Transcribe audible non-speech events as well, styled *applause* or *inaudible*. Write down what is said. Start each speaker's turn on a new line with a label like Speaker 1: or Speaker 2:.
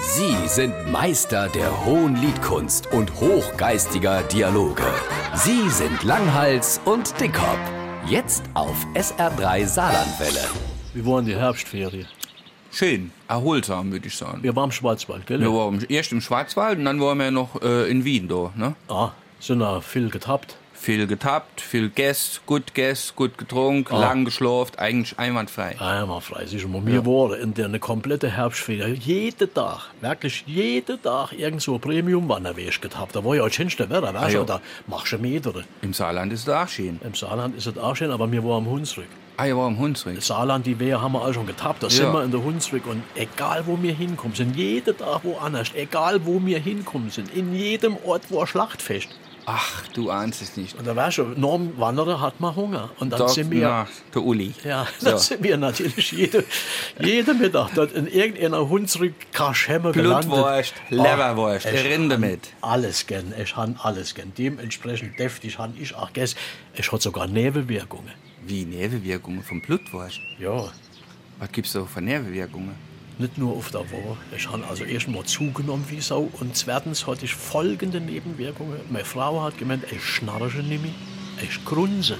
Speaker 1: Sie sind Meister der hohen Liedkunst und hochgeistiger Dialoge. Sie sind Langhals und Dickhop. Jetzt auf SR3 Saarlandwelle.
Speaker 2: Wir waren die Herbstferien.
Speaker 3: Schön, erholsam, würde ich sagen.
Speaker 2: Wir waren im Schwarzwald, gell?
Speaker 3: Wir waren erst im Schwarzwald und dann waren wir noch äh, in Wien da. Ne?
Speaker 2: Ah, sind da viel getappt.
Speaker 3: Viel getappt, viel gegessen, gut gegessen, gut
Speaker 2: Ah.
Speaker 3: getrunken, lang geschlafen, eigentlich einwandfrei.
Speaker 2: Einmal frei, sicher. Und wir waren in der eine komplette Herbstferien. Jeden Tag, wirklich jeden Tag, irgend so ein Premium-Wanderweg getappt. Da war ja als schönste Wetter, weißt du?
Speaker 3: Ah, ja.
Speaker 2: und Da machst du Meter.
Speaker 3: Im Saarland ist es auch schön.
Speaker 2: Im Saarland ist es auch schön, aber wir waren am Hunsrück.
Speaker 3: Ah, ihr war im Hunsrück.
Speaker 2: Saarland, die Wehr haben wir alle schon getappt. Da sind
Speaker 3: Ja.
Speaker 2: wir in der Hunsrück. Und egal, wo wir hinkommen, sind jeden Tag woanders. Egal, wo wir hinkommen, sind in jedem Ort war Schlachtfest.
Speaker 3: Ach, du ahnst es nicht.
Speaker 2: Und da weißt du, norm Wanderer hat mal Hunger. Und dann
Speaker 3: Doch,
Speaker 2: sind wir...
Speaker 3: na, der Uli.
Speaker 2: Ja,
Speaker 3: *laughs* So.
Speaker 2: da sind wir natürlich jede, jeden Mittag dort in irgendeiner Hunsrück-Kaschemme gelandet.
Speaker 3: Blutwurst, Leberwurst,
Speaker 2: Ah, ich
Speaker 3: Rinde
Speaker 2: han
Speaker 3: mit.
Speaker 2: Alles gern, ich han alles gern. Dementsprechend deftig han ich auch gern. Ich hat sogar Nebelwirkungen.
Speaker 3: Wie Nervenwirkungen vom Blutwurst.
Speaker 2: Ja,
Speaker 3: Was gibt's da für Nervenwirkungen?
Speaker 2: nicht nur auf der Woche. Ich han also erstmal zugenommen wie Sau und zweitens hatte ich folgende Nebenwirkungen. Meine Frau hat gemeint, ich schnarche nicht mehr, ich grunze.